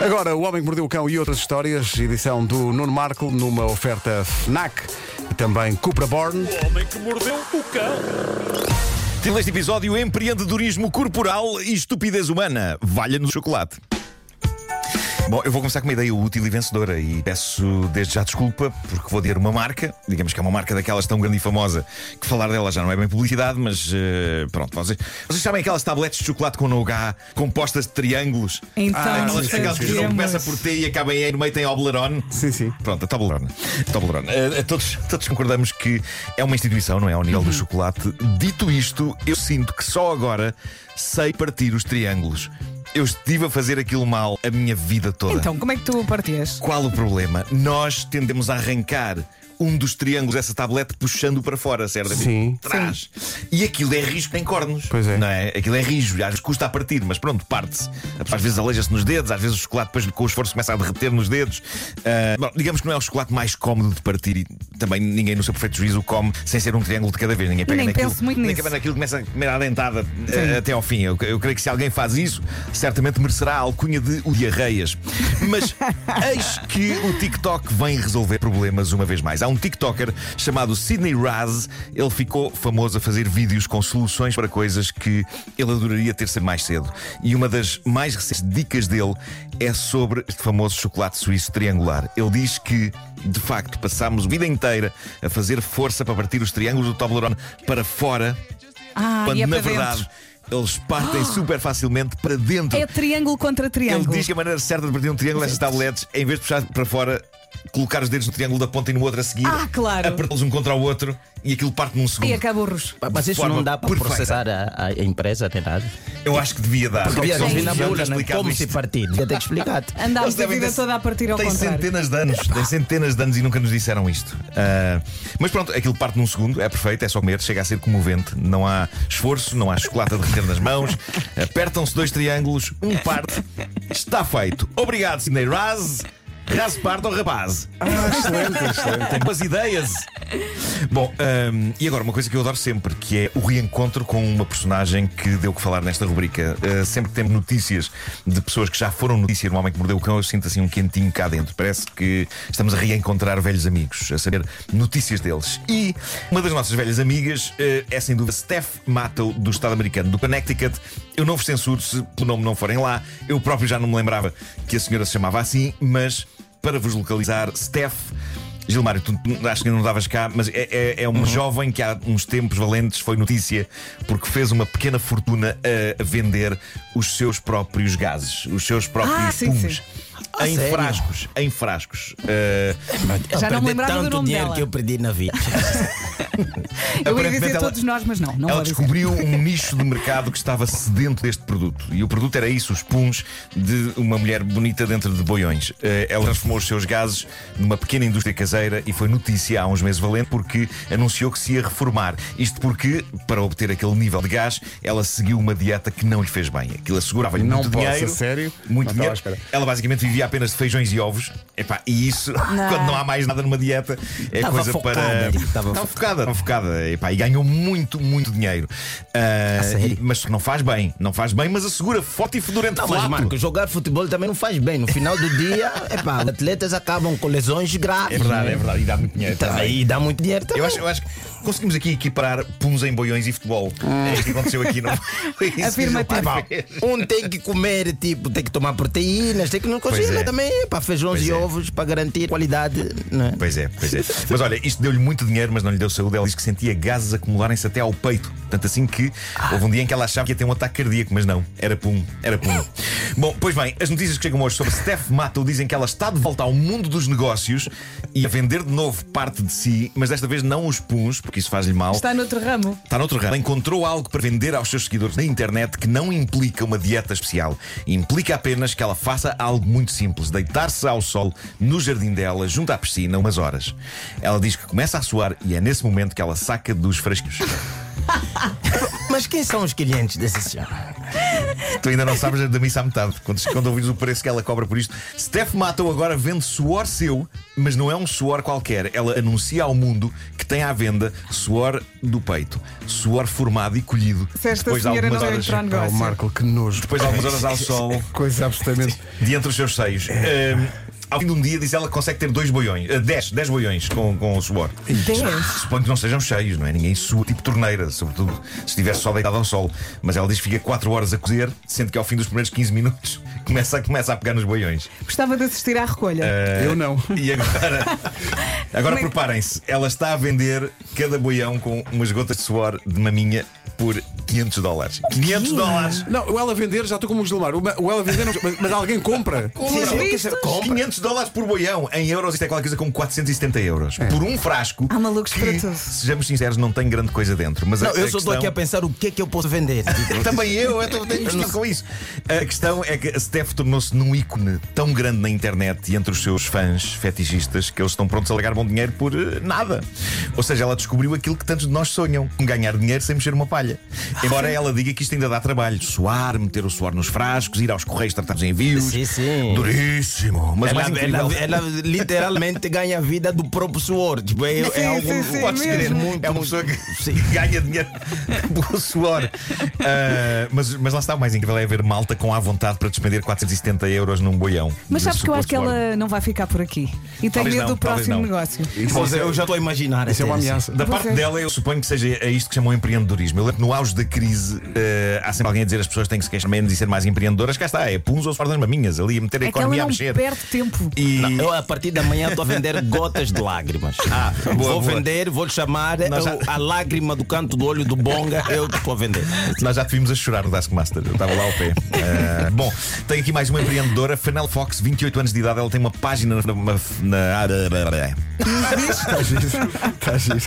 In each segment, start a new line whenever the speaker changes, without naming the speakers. Agora, O Homem que Mordeu o Cão e outras histórias, edição do Nuno Marco, numa oferta FNAC e também Cupra Born.
O homem que mordeu o cão.
Título deste episódio: Empreendedorismo corporal e estupidez humana. Valha no chocolate. Bom, eu vou começar com uma ideia útil e vencedora e peço desde já desculpa porque vou dizer uma marca, digamos que é uma marca daquelas tão grande e famosa que falar dela já não é bem publicidade, mas eh, pronto, vocês, vocês sabem aquelas tabletes de chocolate com nougat compostas de triângulos?
Então,
Ah, aquelas, aquelas que o jogo
sabemos.
começa por T e acaba em E e no meio tem Oblerone.
Sim, sim.
Pronto, a Toblerone. Toblerone. Eh, eh, todos, todos concordamos que é uma instituição, não é? Ao nível do chocolate. Dito isto, eu sinto que só agora sei partir os triângulos. Eu estive a fazer aquilo mal a minha vida toda.
Então, como é que tu partias?
Qual o problema? Nós tendemos a arrancar um dos triângulos dessa tablete puxando-o para fora, certo?
Sim.
Trás. E aquilo é rijo em cornos.
Pois é.
Não é? Aquilo é rijo, às vezes custa a partir, mas pronto, parte-se. Às vezes aleija-se nos dedos, às vezes o chocolate depois com o esforço começa a derreter nos dedos. Ah, bom, digamos que não é o chocolate mais cómodo de partir e também ninguém no seu perfeito juízo o come sem ser um triângulo de cada vez. Ninguém pega
Nem
naquilo.
penso muito
nem
nisso.
acaba naquilo que começa a comer à dentada eh, até ao fim. Eu, eu creio que se alguém faz isso, certamente merecerá a alcunha de o diarreias. Mas eis que o TikTok vem resolver problemas uma vez mais. Há um TikToker chamado Sidney Raz. Ele ficou famoso a fazer vídeos com soluções para coisas que ele adoraria ter sido mais cedo. E uma das mais recentes dicas dele é sobre este famoso chocolate suíço triangular. Ele diz que de facto, passámos a vida inteira a fazer força para partir os triângulos do Toblerone para fora
Ah,
quando
e é
na
para
verdade
dentro.
eles partem super facilmente para dentro.
É triângulo contra
Ele
triângulo.
diz que a maneira certa de partir um triângulo nessas tabletes é, em vez de puxar para fora, colocar os dedos no triângulo da ponta e no outro a seguir,
Ah, claro.
apertá-los um contra o outro e aquilo parte num
E
segundo.
acaba o roxo.
Mas isso
forma
não dá para
perfeita.
processar a, a empresa, tem nada.
Eu acho que devia dar.
Devia
Só
vir
que
na
já tinha
bola, não é?
explicado
como se
isto.
partir. Devia ter explicado.
Eles
Andámos a
devem
vida
ter-
toda a partir ao
Tem
contrário.
centenas de anos, tem centenas de anos e nunca nos disseram isto. Ah, mas pronto, aquilo parte num segundo, é perfeito, é só comer, chega a ser comovente. Não há esforço, não há chocolate a derreter nas mãos. Apertam-se dois triângulos, um parte, está feito. Obrigado, Sidney Raz. Raz parte ou rapaz? Ah, excelente, excelente. Tem boas ideias. Bom, hum, e agora uma coisa que eu adoro sempre, que é o reencontro com uma personagem que deu que falar nesta rubrica. Uh, sempre que temos notícias de pessoas que já foram notícia no Homem que Mordeu o Cão, eu sinto assim um quentinho cá dentro. Parece que estamos a reencontrar velhos amigos, a saber notícias deles. E uma das nossas velhas amigas uh, é sem dúvida Steph Matto, do Estado americano, do Connecticut. Eu não vos censuro se pelo nome não forem lá. Eu próprio já não me lembrava que a senhora se chamava assim, mas para vos localizar, Steph. Gilmário, tu tu- acho que não davas cá, mas é, é- é uma jovem que há uns tempos valentes foi notícia porque fez uma pequena fortuna a, a vender os seus próprios gases, os seus próprios
Ah, sim,
pumes.
sim.
Ah,
em
sério?
frascos, em frascos. Uh,
Eu
Já não me
perdi
lembrava do
tanto
nome
dinheiro
dela.
que eu perdi na vida.
Eu ia
aparentemente
dizer
ela-
todos nós, mas não, não
Ela
vou dizer.
descobriu um nicho de mercado que estava sedento deste produto. E o produto era isso: os puns de uma mulher bonita dentro de boiões. Eh, Ela transformou os seus gases numa pequena indústria caseira e foi notícia há uns meses valente porque anunciou que se ia reformar. Isto porque, para obter aquele nível de gás, ela seguiu uma dieta que não lhe fez bem. Aquilo assegurava-lhe
Não
muito
posso,
dinheiro.
a sério?
Muito
Não estava à
dinheiro.
espera.
Ela basicamente vivia apenas de feijões e ovos. Epá, e isso, quando não há mais nada numa dieta, é
Estava
coisa
focada,
para.
digo, estava
Estava focada, estava focada. Epá, e ganhou muito, muito dinheiro. Ah,
sério?
e- mas não faz bem, não faz bem, mas assegura forte e fedorento
Não, mas
flato.
Marco, jogar futebol também não faz bem. No final do dia, epá, os atletas acabam com lesões graves.
É verdade,
né?
é verdade, e dá muito dinheiro.
Tá,
também.
E dá muito dinheiro também.
Eu acho, eu acho que conseguimos aqui equiparar puns em boiões e futebol. É isso que aconteceu aqui, não foi? isso é que
Afirmativo.
Gilmar fez.
Um tem que comer, tipo, tem que tomar proteínas, tem que não
Pois
cozinhar
é.
também, para feijões
Pois
e
é.
ovos, para garantir qualidade, né?
Pois é, pois é. Mas olha, isto deu-lhe muito dinheiro, mas não lhe deu saúde. Ela disse que sentia gases acumularem-se até ao peito. Tanto assim que houve um dia em que ela achava que ia ter um ataque cardíaco, mas não. Era pum, era pum. Bom, pois bem, as notícias que chegam hoje sobre Steph Matto dizem que ela está de volta ao mundo dos negócios e a vender de novo parte de si, mas desta vez não os puns, porque isso faz-lhe mal.
Está noutro ramo.
Está noutro ramo. Ela Encontrou algo para vender aos seus seguidores na internet que não implica uma dieta especial. Implica apenas que ela faça algo muito simples: deitar-se ao sol no jardim dela, junto à piscina, umas horas. Ela diz que começa a suar e é nesse momento que ela saca dos frasquinhos.
Mas quem são os clientes desse senhor?
Tu ainda não sabes da missa à metade. Quando, quando ouvires o preço que ela cobra por isto, Steph Mato agora vende suor seu, mas não é um suor qualquer. Ela anuncia ao mundo que tem à venda suor do peito, suor formado e colhido.
Se esta
depois de
senhora
algumas
não
horas.
entrar no-
Pá, o Marco, que nojo.
Depois de algumas horas ao sol,
Coisa absolutamente.
de entre os seus seios. Ahm, ao fim de um dia, diz ela que consegue ter dois boiões, eh, dez, dez boiões com, com o suor.
Dez?
Suponho que não sejam cheios, não é? Ninguém sua tipo torneira, sobretudo se estivesse só deitado ao sol. Mas ela diz que fica 4 horas a cozer, sendo que ao fim dos primeiros 15 minutos começa, começa a pegar nos boiões.
Gostava de assistir à recolha.
Eh,
Eu não.
E agora, agora
Como é que-
preparem-se, ela está a vender cada boião com umas gotas de suor de maminha por 500 dólares. 500 dólares!
Não, o ela vender, já estou como o Gilmar. O ma- o ela vender, não- mas, mas alguém compra.
Sim, sim.
Quer dizer, 500 dólares por boião em euros, isto é qualquer coisa como 470 euros. Por um frasco.
Há malucos
que,
para tudo.
Sejamos sinceros, não tem grande coisa dentro. Mas a-
Não, eu
a
só estou
questão-
aqui a pensar o que é que eu posso vender.
Também eu, eu tô- tenho investido com isso. A questão é que a Steph tornou-se num ícone tão grande na internet e entre os seus fãs fetichistas que eles estão prontos a largar bom dinheiro por eh, nada. Ou seja, ela descobriu aquilo que tantos de nós sonham: ganhar dinheiro sem mexer uma palha. Embora ela diga que isto ainda dá trabalho: suar, meter o suor nos frascos, ir aos correios tratar dos envios.
Sim, sim.
Duríssimo. Mas
Ela, é
mais
ela-
incrível.
ela literalmente ganha a vida do próprio suor. Tipo, é, é
Sim,
algo
sim, sim,
podes
mesmo.
crer, muito.
É uma pessoa que
Sim.
ganha dinheiro pelo suor. Ah, mas, mas lá está, o mais incrível é haver malta com à vontade para despender 470 euros num boião.
Mas
de
sabes que eu
suor
acho que
de suor.
ela não vai ficar por aqui. E tem
Talvez
medo
não,
do
talvez
próximo
não.
negócio.
Pois é, eu já estou a imaginar.
Isso é
até,
uma
assim.
ameaça.
Da parte
Pois é.
dela, eu suponho que seja a isto que chamam empreendedorismo. Eu lembro que no auge da crise ah, há sempre alguém a dizer as pessoas têm que se queixar menos e ser mais empreendedoras. Cá está, é punz ou suor das maminhas, ali a meter a
É que ela
economia a
não
mexer.
perde tempo.
E...
Não, eu a partir da manhã estou a vender gotas de lágrimas.
Ah, boa,
vou
boa.
vender, vou chamar
Nós
eu-
já-
a lágrima do canto do olho do Bonga, eu que estou a vender.
Nós já te vimos a chorar no Taskmaster. Eu estava lá ao pé. Ah, bom, tenho aqui mais uma empreendedora, Fernel Fox, 28 anos de idade. Ela tem uma página na, na, na-
Está giro. Está giro.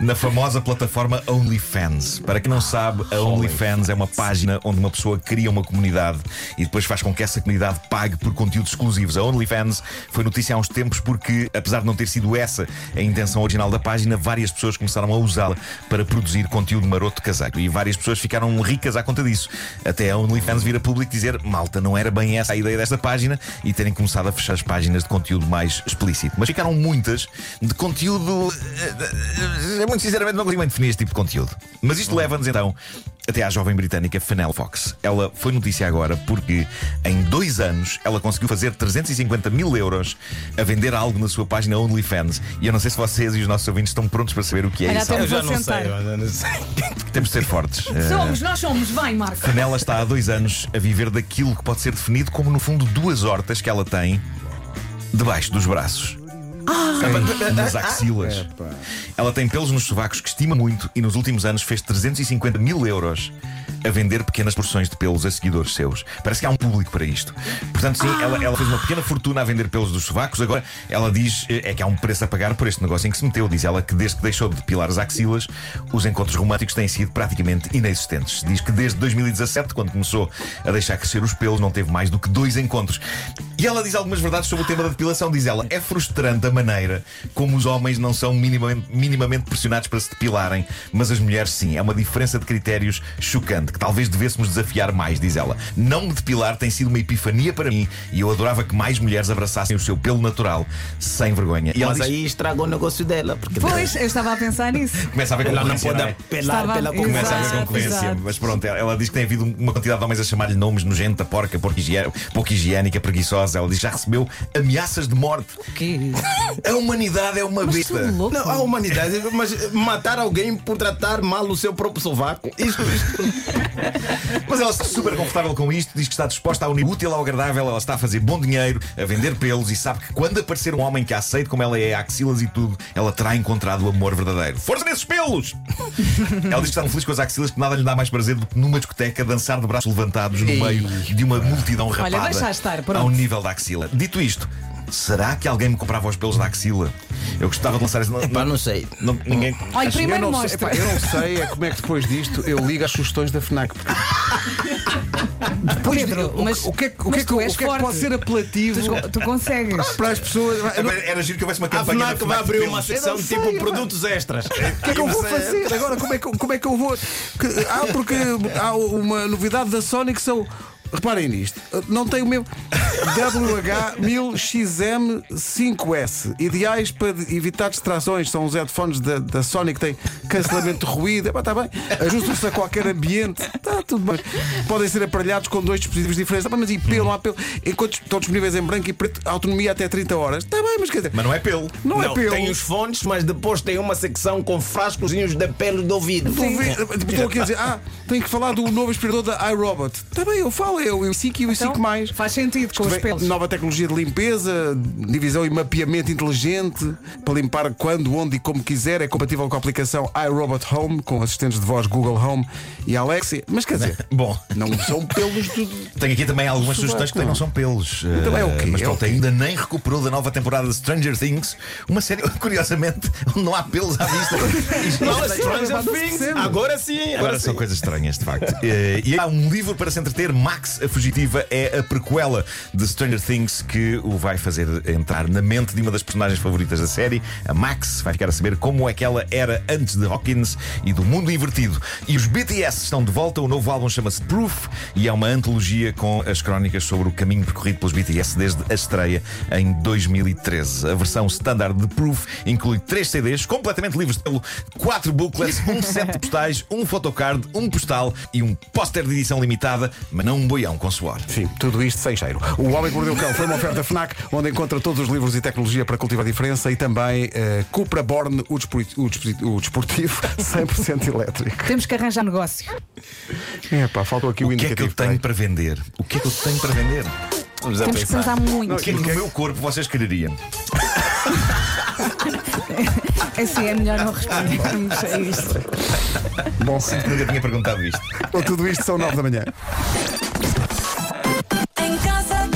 na famosa plataforma OnlyFans. Para quem não sabe, a OnlyFans é uma página onde uma pessoa cria uma comunidade e depois faz com que essa comunidade pague por conteúdos exclusivos. A OnlyFans foi notícia há uns tempos porque, apesar de não ter sido essa a intenção original da página, várias pessoas começaram a usá-la para produzir conteúdo maroto de casaco e várias pessoas ficaram ricas à conta disso. Até a OnlyFans vir a público dizer malta, não é era bem essa a ideia desta página e terem começado a fechar as páginas de conteúdo mais explícito. Mas ficaram muitas de conteúdo. eh, eh, Muito sinceramente, não consigo bem definir este tipo de conteúdo. Mas isto leva-nos então até à jovem britânica Fennel Fox. Ela foi notícia agora porque em dois anos ela conseguiu fazer 350 mil euros a vender algo na sua página OnlyFans. E eu não sei se vocês e os nossos ouvintes estão prontos para saber o que é
Olha,
isso.
até
Eu
me
já
vou
não
sentar.
sei, eu É, não sei.
Temos de ser fortes. Eh,
Somos, nós somos. Vai, Marco.
Fenella está há dois anos a viver daquilo que pode ser definido como, no fundo, duas hortas que ela tem debaixo dos braços. Nas axilas. Ela tem pelos nos sovacos que estima muito e nos últimos anos fez 350 mil euros a vender pequenas porções de pelos a seguidores seus. Parece que há um público para isto. Portanto, sim, ela, ela fez uma pequena fortuna a vender pelos dos sovacos. Agora, ela diz eh, é que há um preço a pagar por este negócio em que se meteu. Diz ela que desde que deixou de depilar as axilas, os encontros românticos têm sido praticamente inexistentes. Diz que desde 2017, quando começou a deixar crescer os pelos, não teve mais do que dois encontros. E ela diz algumas verdades sobre o tema da depilação. Diz ela, é frustrante a maneira como os homens não são minimamente, minimamente pressionados para se depilarem, mas as mulheres sim. É uma diferença de critérios chocante, que talvez devêssemos desafiar mais, diz ela. Não me depilar tem sido uma epifania para mim e eu adorava que mais mulheres abraçassem o seu pelo natural, sem vergonha. E ela diz,
Mas aí estraga o negócio dela, porque
Pois, eu estava a pensar nisso.
começa a ver
ela não
concorrência,
pode
não é?
apelar
Estava-
pela
Exato.
Começa a
conversa.
haver concorrência,
exato.
mas pronto, ela, ela diz que tem havido um, uma quantidade de homens a chamar-lhe nomes nojenta, porca, pouco higiê- pouco higiênica, preguiçosa. Ela diz que já recebeu ameaças de morte.
Que
A humanidade é uma
Mas
besta.
tudo louco.
Não, a humanidade, mas matar alguém por tratar mal o seu próprio sovaco, isso
Mas ela está super confortável com isto, diz que está disposta a unir o útil ao agradável, ela está a fazer bom dinheiro, a vender pelos e sabe que quando aparecer um homem que a aceite como ela é, axilas e tudo, ela terá encontrado o amor verdadeiro. Força nesses pelos! ela diz que está tão feliz com as axilas que nada lhe dá mais prazer do que numa discoteca dançar de braços levantados no meio de uma multidão rapada
deixa estar, pronto.
ao nível da axila. Dito isto, Será que alguém me comprava os pelos da axila? Eu gostava de lançar esse.
Pá, não sei.
Não- ninguém. Acho-
Olha,
eu,
primeiro
não, sei-
mostra.
epá, eu não sei é como é que depois disto eu ligo às sugestões da FNAC. porque Depois
Pedro,
de- o,
mas-
o que é, que- o que,
mas
é que,
tu és
o que é que
forte.
pode ser
Tu,
apelativo
esgo- tu consegues.
para as pessoas? Eu não-
Agora, Era giro que houvesse uma
A
campanha. da
FNAC vai abrir uma
pelos.
secção
não sei,
tipo
pá.
produtos extras.
O que é que eu vou fazer agora? Como é que, eu- como é que eu vou? Que, ah, porque há uma novidade da Sony que são. Reparem nisto, não tem o mesmo. WH1000XM5S. Ideais para de- evitar distrações. São os headphones da, da Sony que têm cancelamento de ruído. Está bem. Ajustam-se a qualquer ambiente. Está tudo bem. Podem ser aparelhados com dois dispositivos diferentes. Epá, mas e pelo, não há pelo. Enquanto estão disponíveis em branco e preto, autonomia até 30 horas. Está bem, mas quer dizer.
Mas não é pelo.
Não, é
Não,
pelo.
tem os fones, mas depois tem uma secção com frascozinhos de pelo do ouvido.
Vou ver- Estou aqui a dizer, ah, tenho que falar do novo aspirador da iRobot. Está bem, eu falo, eu o 5 e o 5
Então,
mais.
Faz sentido com os
Vem
pelos.
Nova tecnologia de limpeza, divisão e mapeamento inteligente para limpar quando, onde e como quiser. É compatível com a aplicação iRobot Home, com assistentes de voz Google Home e Alexia. Mas quer dizer,
Bom.
não são pelos do.
Tenho aqui também algumas
Subaco,
sugestões que também não são pelos.
Então é o
eh,
quê?
Mas
É
pronto,
o quê?
ainda nem recuperou da nova temporada de Stranger Things. Uma série, curiosamente, onde não há pelos à vista.
Não,
Mas
Stranger
não se
Things,
percebe.
Agora sim,
Agora
agora
são
sim.
coisas estranhas, de facto. Eh, E há um livro para se entreter, Max a Fugitiva, é a prequela de Stranger Things que o vai fazer entrar na mente de uma das personagens favoritas da série. A Max vai ficar a saber como é que ela era antes de Hawkins e do mundo invertido. E os BTS estão de volta, o novo álbum chama-se Proof e é uma antologia com as crónicas sobre o caminho percorrido pelos BTS desde a estreia em 2013. A versão standard de Proof inclui três CDs completamente livres de pelo, quatro booklets, um set de postais, um photocard, um postal e um póster de edição limitada, mas não um boião com suor.
Enfim, tudo isto sem cheiro. O Homem que Mordeu o Cão foi uma oferta FNAC, onde encontra todos os livros e tecnologia para cultivar a diferença e também eh, Cupra Born, o, despoi- o desposi- o desportivo 100% elétrico.
Temos que arranjar negócio.
É pá, faltou aqui o,
O que é que
indicativo.
eu tenho para vender? O que é que eu tenho para vender?
Vamos a
Temos que pensar
pensar.
O
muito.
que é que no meu corpo vocês quereriam?
Assim é melhor não respondermos a isto.
Bom,
Nunca tinha perguntado isto.
tudo isto são 9 da manhã.
Em casa